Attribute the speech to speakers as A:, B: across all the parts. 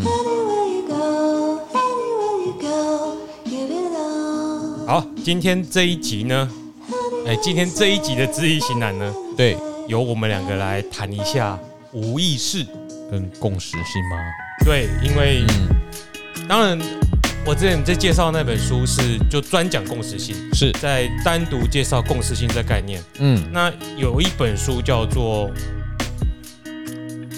A: Anywhere you go, anywhere you go, you belong.
B: 好，今天这一集呢，哎，今天这一集的知易行难呢，
C: 对，
B: 由我们两个来谈一下无意识。
C: 跟共识性吗？
B: 对，因为
C: 嗯，
B: 当然，我之前在介绍那本书是就专讲共识性，
C: 是，
B: 在单独介绍共识性这概念。
C: 嗯，
B: 那有一本书叫做，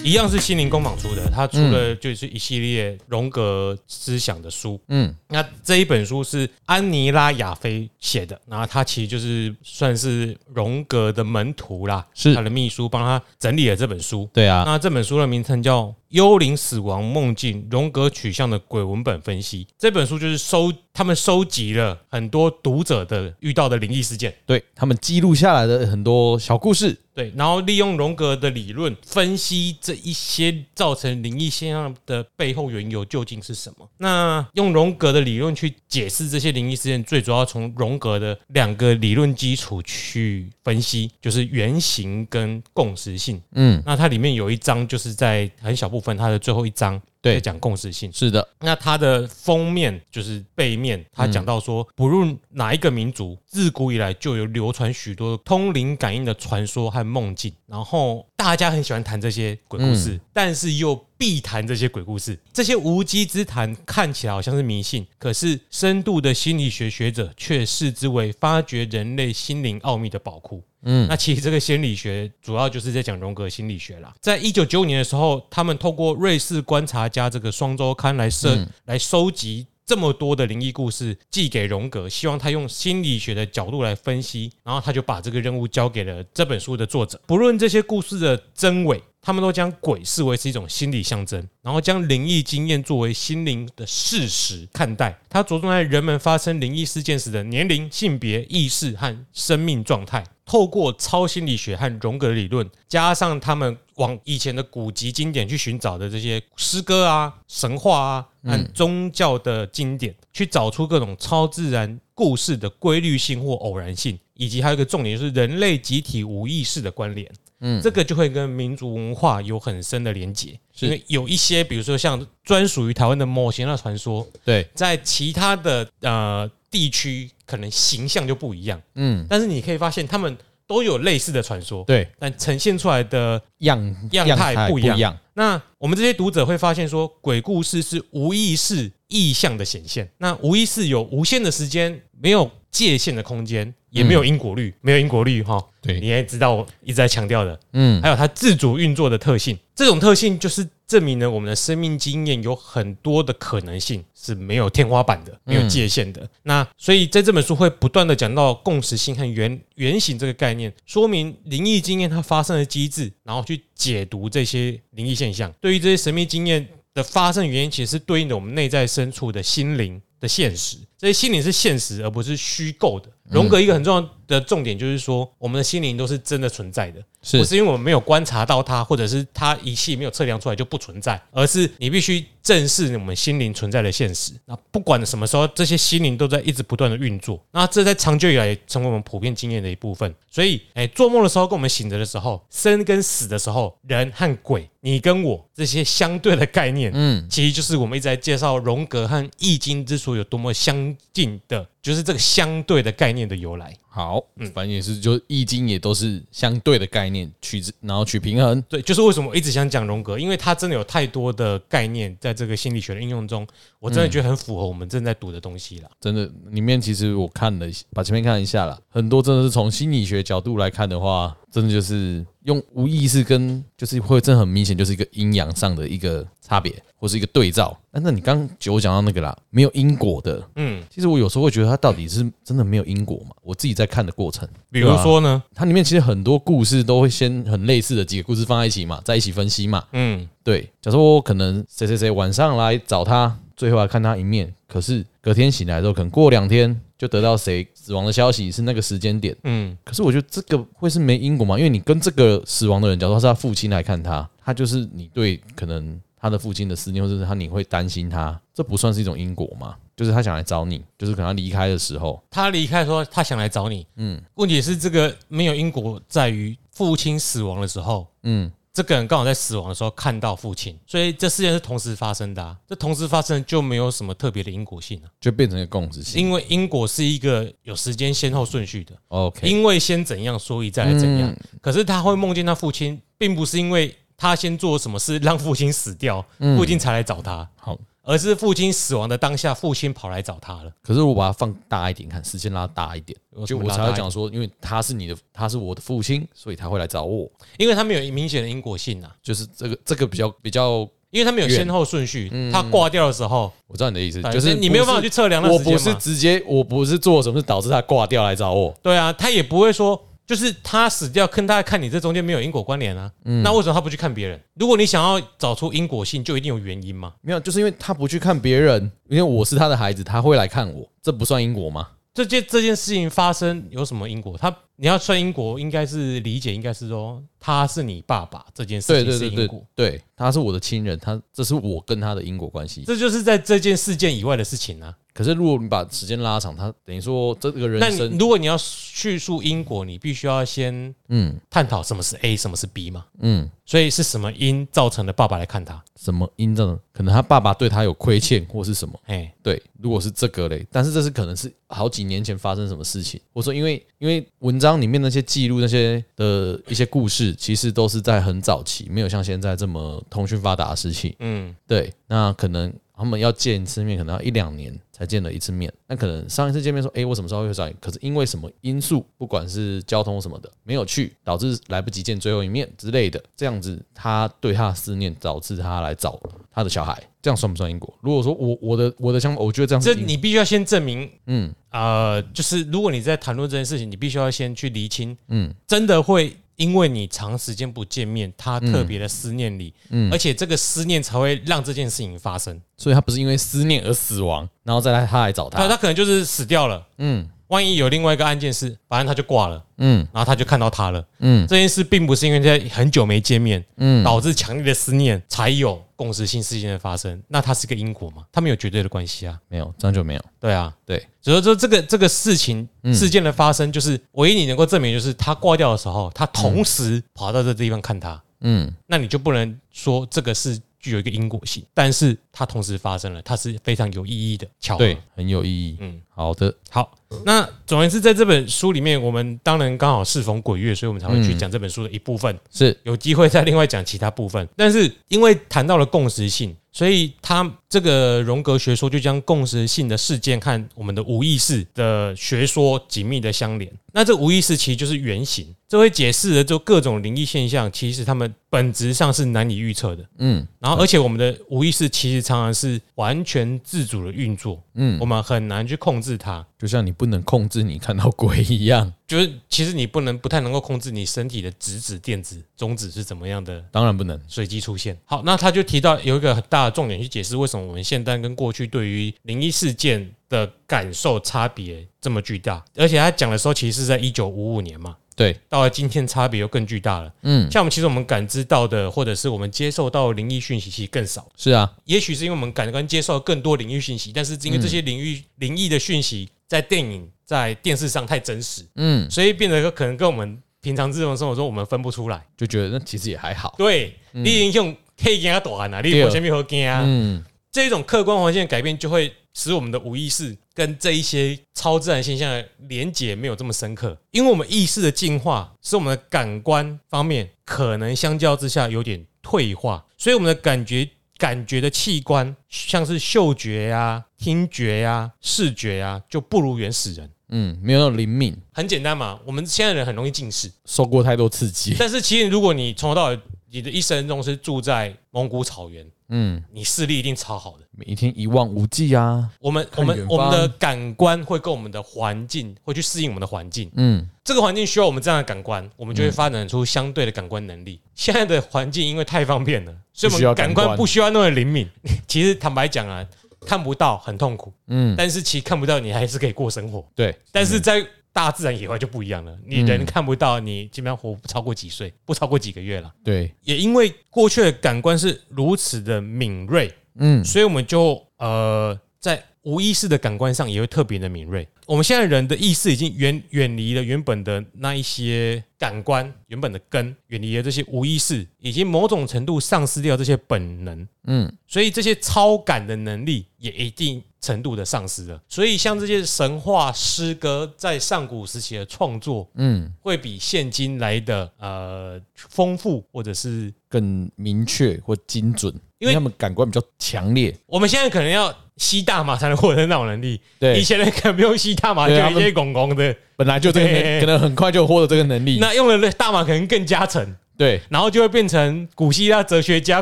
B: 一样是心灵工坊出的，它出了就是一系列荣格思想的书。
C: 嗯，
B: 那这一本书是安妮拉亚菲写的，然后她其实就是算是荣格的门徒啦，
C: 是
B: 她的秘书帮她整理了这本书。
C: 对啊，
B: 那这本书的名称叫《幽灵、死亡、梦境：荣格取向的鬼文本分析》。这本书就是收他们收集了很多读者的遇到的灵异事件，
C: 对他们记录下来的很多小故事，
B: 对，然后利用荣格的理论分析这一些造成灵异现象的背后缘由究竟是什么。那用荣格的理论去解释这些灵异事件，最主要从荣格的两个理论基础去分析，就是原型跟共识性。
C: 嗯，
B: 那它里面有一章就是在很小部分，它的最后一章
C: 对
B: 在讲共识性。
C: 是的，
B: 那它的封面就是背面，它讲到说，不论哪一个民族，自古以来就有流传许多通灵感应的传说和梦境，然后大家很喜欢谈这些鬼故事，但是又避谈这些鬼故事。这些无稽之谈看起来好像是迷信，可是深度的心理学学者却视之为发掘人类心灵奥秘的宝库。
C: 嗯
B: 那其实这个心理学主要就是在讲荣格心理学啦。在一九九五年的时候，他们透过瑞士观察家这个双周刊来设、来收集这么多的灵异故事，寄给荣格，希望他用心理学的角度来分析。然后他就把这个任务交给了这本书的作者。不论这些故事的真伪，他们都将鬼视为是一种心理象征，然后将灵异经验作为心灵的事实看待。它着重在人们发生灵异事件时的年龄、性别、意识和生命状态。透过超心理学和荣格理论，加上他们往以前的古籍经典去寻找的这些诗歌啊、神话啊、和宗教的经典，去找出各种超自然故事的规律性或偶然性，以及还有一个重点就是人类集体无意识的关联。
C: 嗯
B: 这个就会跟民族文化有很深的连结，
C: 是
B: 因为有一些，比如说像专属于台湾的某型的传说，
C: 对，
B: 在其他的呃地区可能形象就不一样，
C: 嗯，
B: 但是你可以发现他们都有类似的传说，
C: 对，
B: 但呈现出来的
C: 样
B: 样态
C: 态
B: 不
C: 不
B: 一样那我们这些读者会发现说，鬼故事是无意识意象的显现。那无意识有无限的时间，没有界限的空间，也没有因果律，没有因果律哈。
C: 嗯对
B: 你也知道我一直在强调的，
C: 嗯，
B: 还有它自主运作的特性。这种特性就是证明了我们的生命经验有很多的可能性是没有天花板的、没有界限的。那所以在这本书会不断的讲到共识性和原原型这个概念，说明灵异经验它发生的机制，然后去解读这些灵异现象。对于这些神秘经验的发生原因，其实是对应的我们内在深处的心灵的现实。这些心灵是现实，而不是虚构的。荣格一个很重要的重点就是说，我们的心灵都是真的存在的。不
C: 是
B: 是因为我们没有观察到它，或者是它仪器没有测量出来就不存在，而是你必须正视我们心灵存在的现实。那不管什么时候，这些心灵都在一直不断的运作。那这在长久以来也成为我们普遍经验的一部分。所以，哎，做梦的时候跟我们醒着的时候，生跟死的时候，人和鬼，你跟我这些相对的概念，
C: 嗯，
B: 其实就是我们一直在介绍荣格和易经之所以有多么相近的，就是这个相对的概念的由来。
C: 好，嗯反正也是，就易经也都是相对的概念，取之然后取平衡，
B: 对，就是为什么我一直想讲荣格，因为它真的有太多的概念在这个心理学的应用中，我真的觉得很符合我们正在读的东西啦。
C: 真的里面其实我看了一些，把前面看了一下啦，很多真的是从心理学角度来看的话，真的就是用无意识跟就是会真的很明显就是一个阴阳上的一个差别，或是一个对照。啊、那你刚九讲到那个啦，没有因果的，
B: 嗯，
C: 其实我有时候会觉得它到底是真的没有因果嘛？我自己在看的过程，
B: 比如说呢，
C: 它里面其实很多故事都会先很类似的几个故事放在一起嘛，在一起分析嘛。
B: 嗯，
C: 对，假设我可能谁谁谁晚上来找他，最后来看他一面，可是隔天醒来之后，可能过两天就得到谁死亡的消息，是那个时间点。
B: 嗯，
C: 可是我觉得这个会是没因果吗？因为你跟这个死亡的人，假如说是他父亲来看他，他就是你对可能他的父亲的思念，或者是他你会担心他，这不算是一种因果吗？就是他想来找你，就是可能他离开的时候，
B: 他离开说他想来找你，嗯，问题是这个没有因果在于父亲死亡的时候，
C: 嗯，
B: 这个人刚好在死亡的时候看到父亲，所以这事件是同时发生的、啊。这同时发生就没有什么特别的因果性啊，
C: 就变成一个共识性。
B: 因为因果是一个有时间先后顺序的，
C: OK，
B: 因为先怎样，所以再来怎样。
C: 嗯
B: 可是他会梦见他父亲，并不是因为他先做什么事让父亲死掉，父亲才来找他，
C: 嗯好。
B: 而是父亲死亡的当下，父亲跑来找他了。
C: 可是我把它放大一点看，时间拉大一点
B: 为，什
C: 就
B: 么
C: 我
B: 拉
C: 才
B: 大
C: 会
B: 一
C: 讲说，因为他是你的，他是我的父亲，所以他会来找我，
B: 因为他没有明显的因果性啊，
C: 就是这个这个比较比较。
B: 因为他没有先后顺序。他挂掉的时候，
C: 我知道你的意思，
B: 对
C: 嗯就是
B: 你没有
C: 不是
B: 办法去测量那
C: 我
B: 时间
C: 不是
B: 嘛
C: 直接，我不是做什么事导致他挂掉来找我，
B: 对啊，他也不会说，就是他死掉，跟他看你这中间没有因果关联啊。
C: 嗯
B: 那为什么他不去看别人？如果你想要找出因果性，就一定有原因嘛。
C: 没有，就是因为他不去看别人，因为我是他的孩子，他会来看我，这不算因果吗？
B: 这件这件事情发生有什么因果？他你要算因果，应该是理解，应该是说他是你爸爸这件事
C: 对
B: 情
C: 对
B: 是
C: 对
B: 因
C: 对
B: 果。
C: 对，他是我的亲人，他这是我跟他的因果关系。
B: 这就是在这件事件以外的事情啊。
C: 可是如果你把时间拉长，他等于说这个人
B: 那你
C: 生，
B: 如果你要叙述因果，你必须要先
C: 嗯
B: 探讨什么是 A，什么是 B 嘛。
C: 嗯，
B: 所以是什么因造成的爸爸来看他？
C: 什么因证，可能他爸爸对他有亏欠或是什么。
B: 哎，
C: 对，如果是这个嘞，但是这是可能是好几年前发生什么事情。我说，因为因为文章里面那些记录那些的一些故事，其实都是在很早期，没有像现在这么通讯发达的时期。
B: 嗯，
C: 对，那可能他们要见一次面，可能要一两年才见了一次面。那可能上一次见面说，诶，我什么时候会找你？可是因为什么因素，不管是交通什么的，没有去，导致来不及见最后一面之类的，这样子他对他的思念导致他来找他的小孩，这样算不算因果？如果说我我的我的想法，我觉得这样
B: 这
C: 是因
B: 你必须要先证明，
C: 嗯
B: 呃，就是如果你在谈论这件事情，你必须要先去厘清，
C: 嗯
B: 真的会因为你长时间不见面，他特别的思念你，
C: 嗯
B: 而且这个思念才会让这件事情发生。
C: 所以他不是因为思念而死亡，然后再来他来找
B: 他
C: 他，
B: 他可能就是死掉了，
C: 嗯
B: 万一有另外一个案件是，反正他就挂了，
C: 嗯
B: 然后他就看到他了。
C: 嗯
B: 这件事并不是因为在很久没见面，
C: 嗯，
B: 导致强烈的思念才有共识性事件的发生，那它是个因果吗？它没有绝对的关系啊。
C: 没有，这样就没有，
B: 对啊，
C: 对，
B: 所以说这个这个事情
C: 嗯
B: 事件的发生，就是唯一你能够证明，就是他挂掉的时候，他同时跑到这地方看他，
C: 嗯
B: 那你就不能说这个是具有一个因果性，但是它同时发生了，它是非常有意义的巧合。
C: 对，很有意义，嗯
B: 嗯，
C: 好的，
B: 好，那总而言之，在这本书里面，我们当然刚好适逢鬼月，所以我们才会去讲这本书的一部分。
C: 是
B: 有机会再另外讲其他部分。 但是因为谈到了共识性，所以他这个荣格学说就将共识性的事件和我们的无意识的学说紧密的相连。那这无意识其实就是原型，这会解释了就各种灵异现象，其实它们本质上是难以预测的。
C: 嗯。
B: 然后，而且我们的无意识其实常常是完全自主的运作，嗯，
C: 嗯
B: 我们很难去控制它。
C: 就像你不能控制你看到鬼一样，
B: 就是其实你不能不太能够控制你身体的质子、电子、中子是怎么样的
C: 当然不能。
B: 随机出现。好，那他就提到有一个很大的重点去解释为什么我们现代跟过去对于灵异事件的感受差别这么巨大，而且他讲的时候其实是在一九五五年嘛，
C: 对，
B: 到了今天差别又更巨大了。
C: 嗯，
B: 像我们其实我们感知到的，或者是我们接受到的灵异讯息其实更少，
C: 是啊，
B: 也许是因为我们感官接受了更多灵异讯息，但是因为
C: 嗯
B: 这些灵异灵异的讯息在电影、在电视上太真实，
C: 嗯，
B: 所以变得可能跟我们平常日常生活中我们分不出来。
C: 就觉得那其实也还好。
B: 对，你已经用黑惊大汉啊，你
C: 嗯对
B: 有啥物好惊啊？
C: 嗯，
B: 这种客观环境的改变，就会使我们的无意识跟这一些超自然现象的连结没有这么深刻，因为我们意识的进化，使我们的感官方面可能相较之下有点退化，所以我们的感觉。感觉的器官，像是嗅觉呀、听觉呀、视觉呀、就不如原始人。
C: 嗯，没有那么灵敏，
B: 很简单嘛，我们现在人很容易近视，
C: 受过太多刺激。
B: 但是其实如果你从头到尾，你的一生中是住在蒙古草原，
C: 嗯，
B: 你视力一定超好的。
C: 每一天一望无际啊。
B: 我们我
C: 看远
B: 们
C: 方
B: 我们的感官会跟我们的环境会去适应我们的环境，
C: 嗯，
B: 这个环境需要我们这样的感官，我们就会发展出相对的感官能力。现在的环境因为太方便了，所以我
C: 不需要
B: 们
C: 感
B: 感
C: 官
B: 官不需要那么灵敏。 其实坦白讲啊，看不到很痛苦，
C: 嗯
B: 嗯，但是其实看不到你还是可以过生活。
C: 对，
B: 但是在大自然以外就不一样了，你
C: 嗯
B: 人看不到，你基本上活不超过几岁，不超过几个月了。
C: 对，
B: 也因为过去的感官是如此的敏锐，
C: 嗯
B: 所以我们就呃在无意识的感官上也会特别的敏锐。我们现在人的意识已经远远离了原本的那一些感官，原本的根，远离了这些无意识，已经某种程度丧失掉这些本能。
C: 嗯
B: 所以这些超感的能力也一定程度的丧失了。所以像这些神话诗歌在上古时期的创作，
C: 嗯，
B: 会比现今来的呃丰富，或者是
C: 更明确或精准，
B: 因为
C: 因为他们感官比较强烈，
B: 我们现在可能要吸大麻才能获得那种能力。
C: 对
B: 以前人可能不用吸大麻，就
C: 对
B: 有
C: 他
B: 一
C: 们
B: 些拱拱的，
C: 本来就这个
B: 对
C: 能可能很快就获得这个能力。
B: 那用了大麻可能更加成，
C: 对，
B: 然后就会变成古希腊哲学家、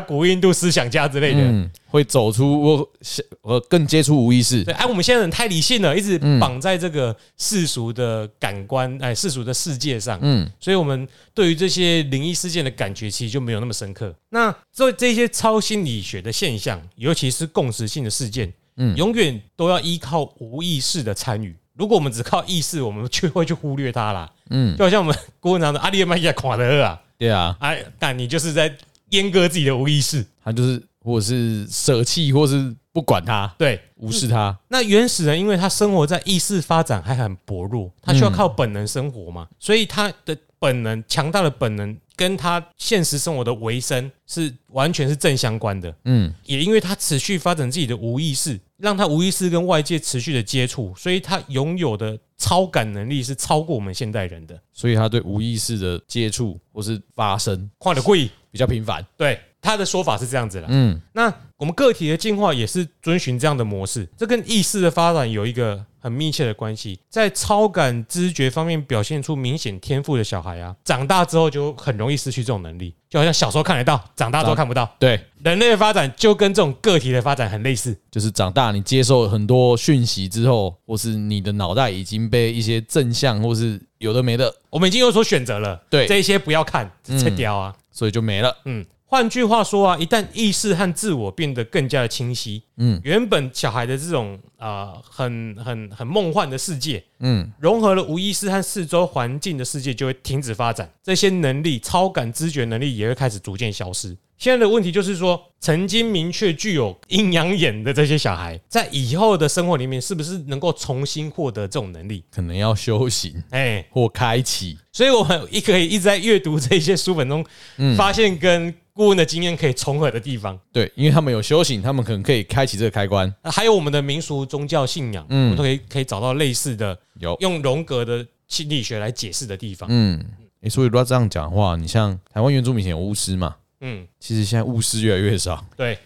B: 古印度思想家之类的。
C: 嗯，会走出我我更接触无意识
B: 对，，哎，我们现在人太理性了，一直
C: 嗯
B: 绑在这个世俗的感官，哎，世俗的世界上，
C: 嗯
B: 嗯，所以我们对于这些灵异事件的感觉其实就没有那么深刻。那这这些超心理学的现象，尤其是共识性的事件，嗯，永远都要依靠无意识的参与。如果我们只靠意识，我们就会去忽略它啦。
C: 嗯
B: 嗯，就好像我们郭文长的阿里曼亚垮的啊，
C: 对啊，
B: 哎，但你就是在阉割自己的无意识。
C: 他就是或者是舍弃，或是不管他，
B: 对，
C: 无视他，
B: 那原始人因为他生活在意识发展还很薄弱，他需要靠本能生活嘛，所以他的本能强大的本能跟他现实生活的维生是完全是正相关的。
C: 嗯，
B: 也因为他持续发展自己的无意识，让他无意识跟外界持续的接触，所以他拥有的超感能力是超过我们现代人的。
C: 所以他对无意识的接触或是发生
B: 快的贵，
C: 比较频繁，
B: 对他的说法是这样子啦。
C: 嗯，
B: 那我们个体的进化也是遵循这样的模式，这跟意识的发展有一个很密切的关系。在超感知觉方面表现出明显天赋的小孩啊，长大之后就很容易失去这种能力，就好像小时候看得到，长大之后看不到。
C: 对，
B: 人类的发展就跟这种个体的发展很类似，
C: 就是长大你接受很多讯息之后，或是你的脑袋已经被一些正向或是有的没的，
B: 我们已经有所选择了，
C: 对嗯
B: 这一些不要看，这屌啊，
C: 所以就没了，
B: 嗯。换句话说啊，一旦意识和自我变得更加的清晰，
C: 嗯
B: 嗯，原本小孩的这种啊、呃很很很梦幻的世界，
C: 嗯，
B: 融合了无意识和四周环境的世界就会停止发展，这些能力、超感知觉能力也会开始逐渐消失。现在的问题就是说，曾经明确具有阴阳眼的这些小孩，在以后的生活里面，是不是能够重新获得这种能力？
C: 可能要修行
B: 哎、
C: 或开启，
B: 所以我们也可以一直在阅读这些书本中，
C: 嗯
B: 发现跟顾问的经验可以重合的地方。
C: 对，因为他们有修行，他们可能可以开启这个开关，
B: 还有我们的民俗宗教信仰，
C: 嗯
B: 我们都可以可以找到类似的，
C: 有，
B: 用荣格的心理学来解释的地方。
C: 嗯，诶、所以如果这样讲的话，你像台湾原住民以前有巫师嘛，
B: 嗯，
C: 其实现在巫师越来越少，
B: 对，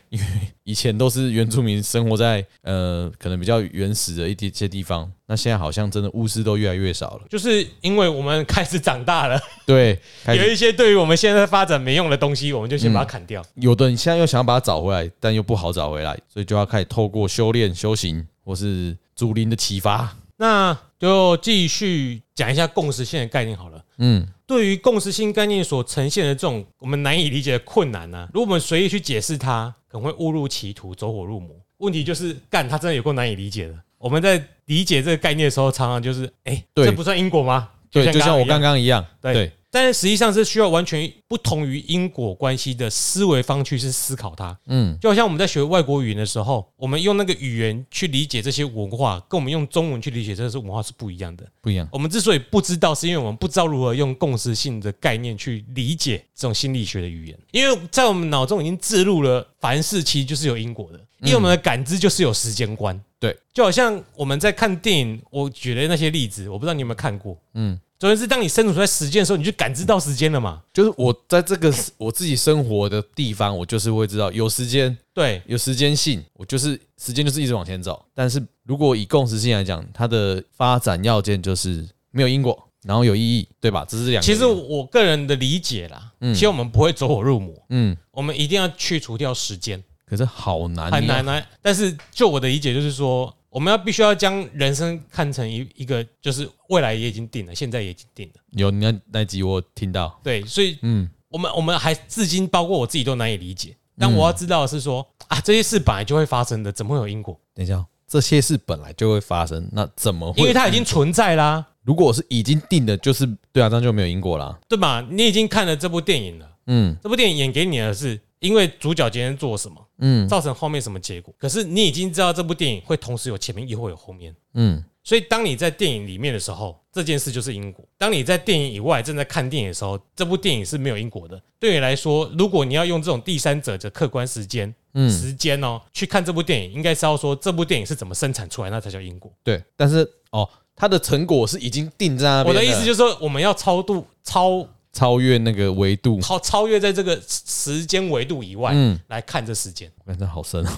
C: 以前都是原住民生活在呃可能比较原始的一些些地方，那现在好像真的巫师都越来越少了。
B: 就是因为我们开始长大了，
C: 对， 开
B: 有
C: 始嗯
B: 一些对于我们现在发展没用的东西，我们就先把它砍掉。
C: 有的你现在又想要把它找回来，但又不好找回来，所以就要开始透过修炼、修行或是祖灵的启发。
B: 那就继续讲一下共识性的概念好了。
C: 嗯，
B: 对于共识性概念所呈现的这种我们难以理解的困难呢、如果我们随意去解释它，可能会误入歧途，走火入魔。问题就是，干它真的有够难以理解的。我们在理解这个概念的时候，常常就是，哎、
C: 对
B: 这不算因果吗？
C: 对，就像我
B: 一样
C: 刚刚一样，
B: 对，
C: 对，
B: 但是实际上是需要完全不同于因果关系的思维方去去思考它。
C: 嗯，
B: 就好像我们在学外国语言的时候，我们用那个语言去理解这些文化，跟我们用中文去理解这些文化是不一样的。
C: 不一样。
B: 我们之所以不知道，是因为我们不知道如何用共识性的概念去理解这种心理学的语言，因为在我们脑中已经植入了凡事其实就是有因果的，因为我们的感知就是有时间观。
C: 嗯对，
B: 就好像我们在看电影，我举的那些例子，我不知道你有没有看过。
C: 嗯
B: 嗯，总之是当你身处在时间的时候，你就感知到时间了嘛。
C: 就是我在这个我自己生活的地方，我就是会知道有时间
B: 对，
C: 有时间性，我就是时间就是一直往前走。但是如果以共识性来讲，它的发展要件就是没有因果，然后有意义，对吧？这是两个。
B: 其实我个人的理解啦，其实我们不会走火入魔，
C: 嗯，
B: 我们一定要去除掉时间，
C: 可是好难，
B: 很难。啊。但是就我的理解，就是说，我们要必须要将人生看成一一个，就是未来也已经定了，现在也已经定了。
C: 有那那集我听到，
B: 对，所以
C: 嗯，
B: 我们我们还至今，包括我自己都难以理解。但我要知道的是说啊，这些事本来就会发生的，怎么会有因果？
C: 等一下哦，这些事本来就会发生，那怎么会？
B: 因为它已经存在啦，
C: 如果是已经定的，就是对啊，这样就没有因果啦。
B: 对吧？你已经看了这部电影了，
C: 嗯，
B: 这部电影演给你的是因为主角今天做什么，
C: 嗯
B: 造成后面什么结果。可是你已经知道这部电影会同时有前面，也会有后面。
C: 嗯
B: 所以，当你在电影里面的时候，这件事就是因果；当你在电影以外正在看电影的时候，这部电影是没有因果的。对你来说，如果你要用这种第三者的客观时间、
C: 嗯，
B: 时间哦去看这部电影，应该是要说这部电影是怎么生产出来，那才叫因果。
C: 对。但是哦，它的成果是已经定在那
B: 我
C: 边了。
B: 的意思就是说，我们要超度、超
C: 超越那个维度。
B: 超超越在这个时间维度以外、
C: 嗯，
B: 来看这时间。
C: 感觉好 深哦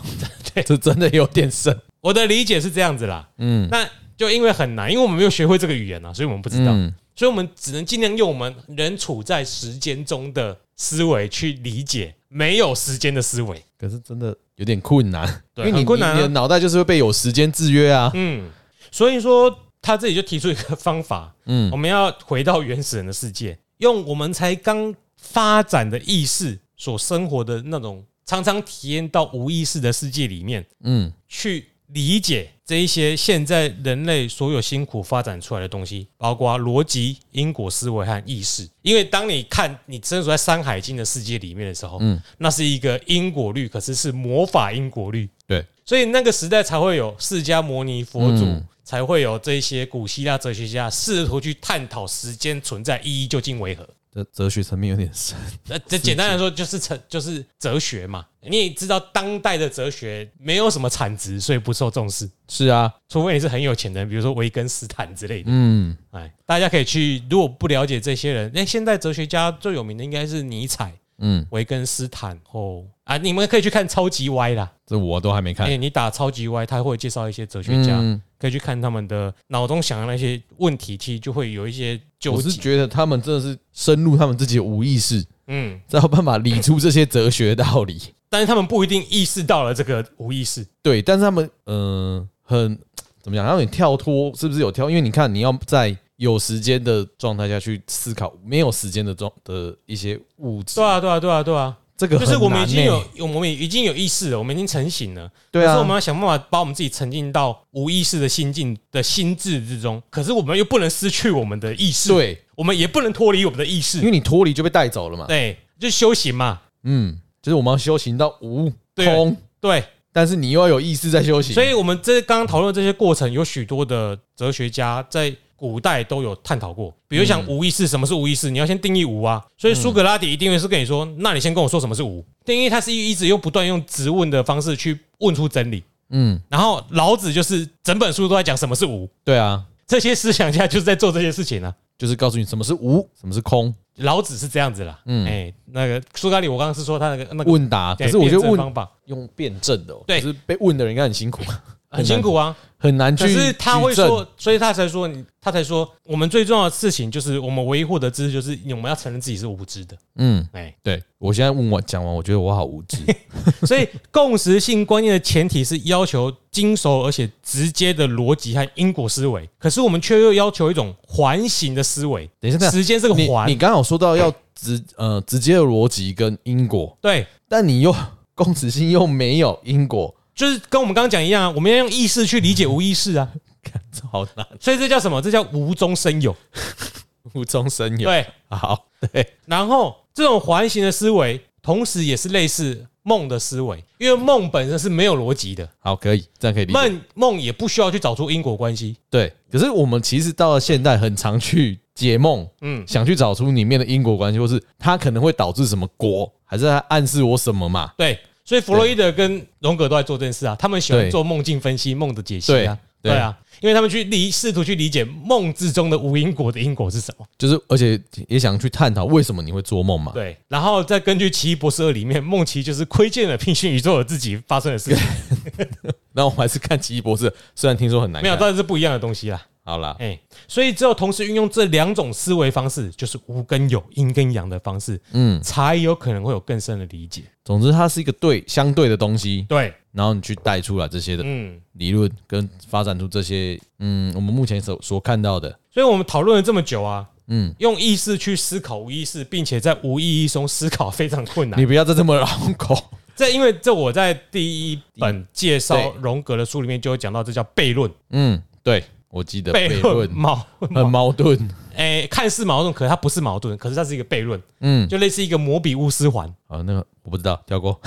B: 对，
C: 这真的有点深。
B: 我的理解是这样子啦。
C: 嗯，
B: 那就因为很难，因为我们没有学会这个语言啊，所以我们不知道。
C: 嗯
B: 所以我们只能尽量用我们人处在时间中的思维去理解没有时间的思维。
C: 可是真的有点困难，
B: 对
C: 因为你
B: 很困难啊
C: 你的脑袋就是会被有时间制约啊。
B: 嗯，所以说他自己就提出一个方法，
C: 嗯
B: 我们要回到原始人的世界，用我们才刚发展的意识所生活的那种，常常体验到无意识的世界里面
C: 嗯
B: 去理解这一些现在人类所有辛苦发展出来的东西，包括逻辑、因果思维和意识。因为当你看你身处在《山海经》的世界里面的时候，
C: 嗯
B: 那是一个因果律，可是是魔法因果律。
C: 对，
B: 所以那个时代才会有释迦牟尼佛祖，
C: 嗯
B: 才会有这些古希腊哲学家试图去探讨时间存在意义究竟为何。
C: 这哲学层面有点深。
B: 呃，这简单来说就是哲就是哲学嘛。你也知道，当代的哲学没有什么产值，所以不受重视。
C: 是啊，
B: 除非你是很有钱的人，比如说维根斯坦之类的。
C: 嗯，
B: 哎，大家可以去，如果不了解这些人，那现代哲学家最有名的应该是尼采、
C: 嗯，
B: 维根斯坦哦啊，你们可以去看《超级歪》啦。
C: 这我都还没
B: 哎、
C: 看。
B: 你打《超级歪》，他会介绍一些哲学家，
C: 嗯
B: 可以去看他们的脑中想的那些问题，其实就会有一些纠
C: 我是
B: 结。
C: 觉得他们真的是深入他们自己的无意识，
B: 嗯，
C: 才有办法理出这些哲学道理。
B: 但是他们不一定意识到了这个无意识。
C: 对，但是他们嗯、很怎么讲，让你跳脱，是不是有跳？因为你看，你要在有时间的状态下去思考没有时间的状的一些物质，
B: 对啊，对啊，对啊，对啊，
C: 这个
B: 就是我
C: 很
B: 们
C: 难
B: 已经有
C: 欸，
B: 我们已经有意识了，我们已经成型了。
C: 对
B: 可
C: 啊，
B: 是我们要想办法把我们自己沉浸到无意识的心境的心智之中，可是我们又不能失去我们的意识，，
C: 对，
B: 我们也不能脱离我们的意
C: 因
B: 识，
C: 为你脱离就被带走了嘛。
B: 对，就修行嘛，
C: 嗯，就是我们要修行到无
B: 对
C: 空，
B: 对，
C: 但是你又要有意识在修行，
B: 所以我们这刚刚讨论这些过程，有许多的哲学家在。古代都有探讨过，比如像
C: 嗯
B: 无意识，什么是无意识？你要先定义无啊。所以苏格拉底一定会是跟你说，那你先跟我说什么是无。定义他是一直用不断用质问的方式去问出真理。
C: 嗯，
B: 然后老子就是整本书都在讲什么是无，
C: 对啊，
B: 这些思想家就是在做这些事情啊。
C: 就是告诉你什么是无，什么是空，
B: 老子是这样子啦，嗯，
C: 嗯
B: 哎、那个苏格里，我刚刚是说他那个那个，
C: 问答。可
B: 对
C: 是我觉
B: 辩
C: 得
B: 证
C: 问
B: 方法
C: 用辩证的、哦，
B: 对
C: 可是被问的人应该很辛苦，
B: 很辛苦啊，
C: 很难去
B: 可
C: 举证。
B: 是他会说，所以他才说你，他才说我们最重要的事情就是我们唯一获得知识就是我们要承认自己是无知的，
C: 嗯，
B: 哎、
C: 对我现在问我讲完，我觉得我好无 知。
B: 所以共识性观念的前提是要求精熟而且直接的逻辑和因果思维，可是我们却又要求一种环形的思维，
C: 等一下，等一下
B: 时间是个
C: 啊你
B: 环
C: 你，刚好说到要直呃直接的逻辑跟因果，
B: 对，
C: 但你又共识性又没有因果，
B: 就是跟我们刚刚讲一样啊，我们要用意识去理解无意识啊，
C: 这好难，
B: 所以这叫什么？这叫无中生有，
C: 无中生有。
B: 对。
C: 好，对，
B: 然后这种环形的思维，同时也是类似梦的思维，因为梦本身是没有逻辑的，
C: 好，可以，这样可以理解。
B: 梦梦也不需要去找出因果关系。
C: 对，可是我们其实到了现代，很常去解梦，
B: 嗯，
C: 想去找出里面的因果关系，或是它可能会导致什么果，还是它暗示我什么嘛？
B: 对，所以弗洛伊德跟荣格都在做这件事啊，他们喜欢
C: 对
B: 做梦境分析、梦的解析啊，
C: 对
B: 对
C: 对
B: 啊，因为他们去理试图去理解梦之中的无因果的因果是什么。
C: 就是，而且也想去探讨为什么你会做梦嘛？
B: 对，然后再根据《奇异博士二》里面，梦奇就是窥见了平行宇宙的自己发生的事情，
C: 然后我还是看《奇异博士》，虽然听说很难
B: 没有，
C: 看。
B: 当然是不一样的东西啦。
C: 好啦，
B: 哎、所以只有同时运用这两种思维方式，就是无跟有、阴跟阳的方式，
C: 嗯，
B: 才有可能会有更深的理解。
C: 总之它是一个对相对的东西，
B: 对，
C: 然后你去带出来这些的
B: 嗯，
C: 理论，跟发展出这些，嗯，我们目前所所看到的，
B: 所以我们讨论了这么久啊，
C: 嗯，
B: 用意识去思考无意识，并且在无意义中思考非常困难
C: 你。不要再这么绕口。
B: 这因为这我在第一本介绍
C: 对
B: 荣格的书里面就有讲到，这叫悖论。
C: 嗯，对，我记得
B: 悖
C: 悖论
B: 论矛
C: 很矛盾，
B: 哎、看似矛盾，可是它不是矛盾，可是它是一个悖论，
C: 嗯，
B: 就类似一个摩比乌斯环。
C: 啊，那个我不知道，跳过，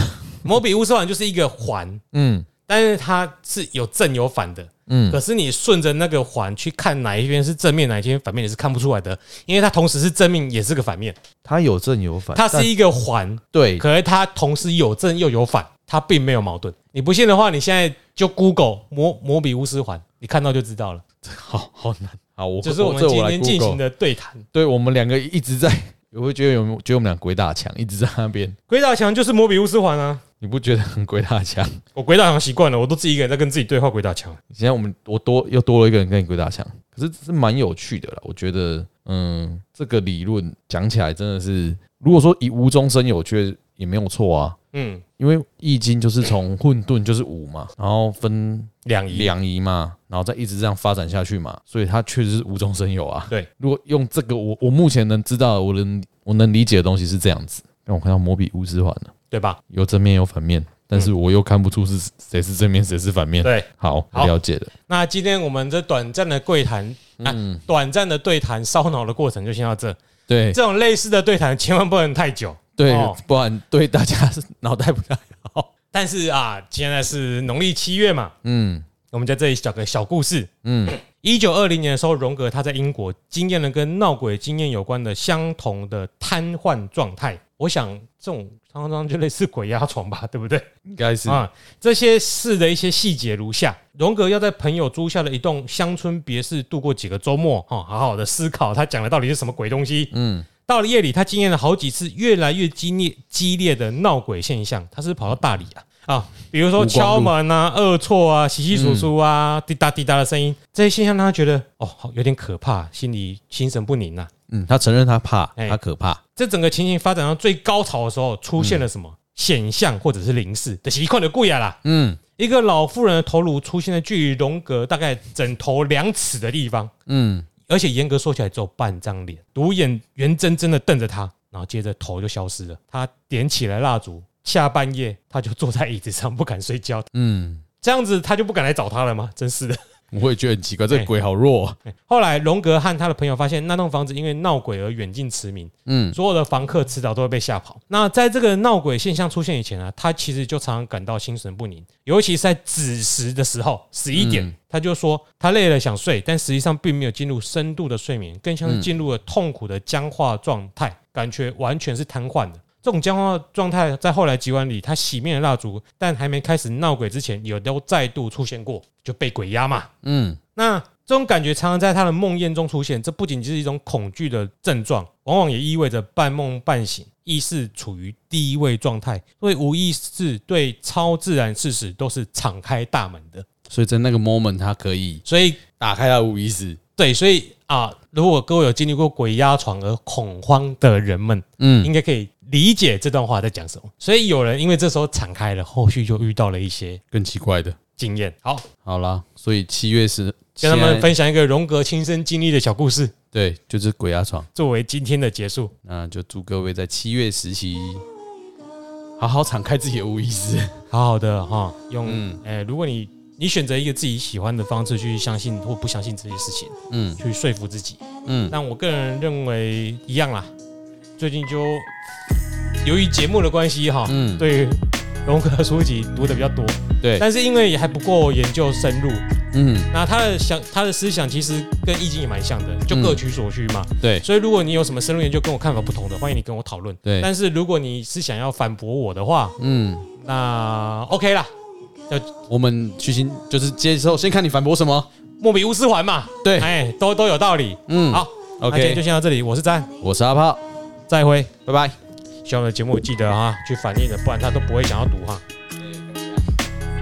B: 摩比乌斯环就是一个环，
C: 嗯
B: 但是它是有正有反的。
C: 嗯
B: 可是你顺着那个环去看哪一边是正面，哪一边反面，你是看不出来的，因为它同时是正面也是个反面，
C: 它有正有反，
B: 它是
C: 但
B: 一个环，
C: 对，
B: 可是它同时有正又有反，它并没有矛盾。你不信的话，你现在就 Google 摩摩比乌斯环，你看到就知道了。
C: 好好难，好，我
B: 就是我们
C: 这
B: 今
C: 来
B: 天进
C: Google
B: 行的对谈。
C: 对我们两个一直在， 我会觉得有没有觉得我们俩鬼打墙，一直在那边，
B: 鬼打墙就是摩比乌斯环啊！
C: 你不觉得很鬼打墙？
B: 我鬼打墙习惯了，我都自己一个人在跟自己对话鬼打墙。
C: 现在我们我多又多了一个人跟你鬼打墙，可是是蛮有趣的啦。我觉得，嗯，这个理论讲起来真的是，如果说以无中生有，却也没有错啊。
B: 嗯，
C: 因为易经就是从混沌就是五嘛，然后分
B: 两仪
C: 两仪嘛，然后再一直这样发展下去嘛，所以它确实是无中生有啊。
B: 对，
C: 如果用这个，我我目前能知道的，我能我能理解的东西是这样子。让我看到摩比乌斯环了，
B: 对吧？
C: 有正面有反面，但是我又看不出是谁是正面谁是反面。
B: 嗯对。
C: 好，
B: 好
C: 我了解了。
B: 那今天我们这短暂的对谈，啊，短暂的对谈烧脑的过程就先到这。
C: 对
B: 这种类似的对谈千万不能太久。
C: 对
B: 哦，
C: 不然对大家 是脑袋不太好。
B: 但是啊，现在是农历七月嘛，
C: 嗯
B: 我们在这里讲个小故事。
C: 嗯，
B: 一九二零年的时候，荣格他在英国经验了跟闹鬼经验有关的相同的瘫痪状态。我想这种常常就类似鬼压床吧，对不对？
C: 应该是
B: 啊，这些事的一些细节如下：荣格要在朋友租下的一栋乡村别墅度过几个周末，哈、好好的思考他讲的到底是什么鬼东西。
C: 嗯
B: 到了夜里，他经验了好几次越来越激烈激烈的闹鬼现象。他是不是跑到大理啊啊，比如说
C: 五光
B: 敲
C: 路
B: 门啊、恶错啊、洗洗簌簌啊、滴答滴答的声音，这些现象让他觉得哦，好有点可怕，心里心神不宁呐、啊
C: 嗯，他承认他怕，
B: 哎
C: 他可怕。
B: 这整个情形发展到最高潮的时候，出现了什么、显象或者是灵视的习惯的贵啊啦。
C: 嗯
B: 一个老妇人的头颅出现在距离荣格大概枕头两尺的地方，
C: 嗯，
B: 而且严格说起来只有半张脸，独眼圆睁睁的瞪着他，然后接着头就消失了。他点起了蜡烛，下半夜他就坐在椅子上不敢睡觉，
C: 嗯，
B: 这样子他就不敢来找他了吗？真是的。
C: 我也觉得很奇怪，这
B: 哎
C: 个鬼好弱哦。
B: 后来荣格和他的朋友发现那栋房子因为闹鬼而远近驰名，
C: 嗯
B: 所有的房客迟早都会被吓跑。那在这个闹鬼现象出现以前啊，他其实就常常感到心神不宁，尤其是在子时的时候，十一点，
C: 嗯
B: 他就说他累了想睡，但实际上并没有进入深度的睡眠，更像是
C: 嗯
B: 进入了痛苦的僵化状态，感觉完全是瘫痪的。这种僵化状态在后来几晚里，他熄灭了蜡烛，但还没开始闹鬼之前，有都再度出现过，就被鬼压嘛。
C: 嗯
B: 那这种感觉常常在他的梦魇中出现，这不仅是一种恐惧的症状，往往也意味着半梦半醒，意识处于低位状态，所以无意识对超自然事实都是敞开大门的。
C: 所以在那个 moment，他可以
B: 所以，
C: 打开他的无意识。
B: 对，所以啊，如果各位有经历过鬼压床而恐慌的人们，应
C: 嗯，
B: 该可以理解这段话在讲什么。所以有人因为这时候敞开了，后续就遇到了一些
C: 更奇怪的。
B: 经验。好，
C: 好啦，所以七月十，
B: 跟他们
C: 现在
B: 分享一个荣格亲身经历的小故事，
C: 对，就是鬼压床。
B: 作为今天的结束。
C: 那就祝各位在七月时期，好好敞开自己的无意识。
B: 好好的哈，用
C: 嗯
B: 诶、如果你你选择一个自己喜欢的方式去相信或不相信这些事情，
C: 嗯
B: 去说服自己。
C: 嗯，
B: 但我个人认为一样啦，最近就由于节目的关系哈，
C: 嗯
B: 对荣格的书籍读的比较多，
C: 对，
B: 但是因为也还不够研究深入，
C: 嗯
B: 那他的想他的思想其实跟易经也蛮像的，就各取所需嘛。
C: 嗯对
B: 所以如果你有什么深入研究跟我看法不同的，欢迎你跟我讨论。
C: 对
B: 但是如果你是想要反驳我的话，
C: 嗯，
B: 那 OK 啦，
C: 我们虚心就是接受，先看你反驳什么。
B: 莫比乌斯环嘛，
C: 对
B: 哎，都都有道理。
C: 嗯，
B: 好那今天就
C: ，OK，
B: 先到这里，我是詹，
C: 我是阿炮，
B: 再会。
C: 拜拜。
B: 喜欢我的节目记得哈去反映的，不然他都不会想要读哈。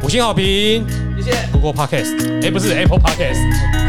B: 五星好评，谢谢。不过 Podcast，哎、不是 Apple Podcast，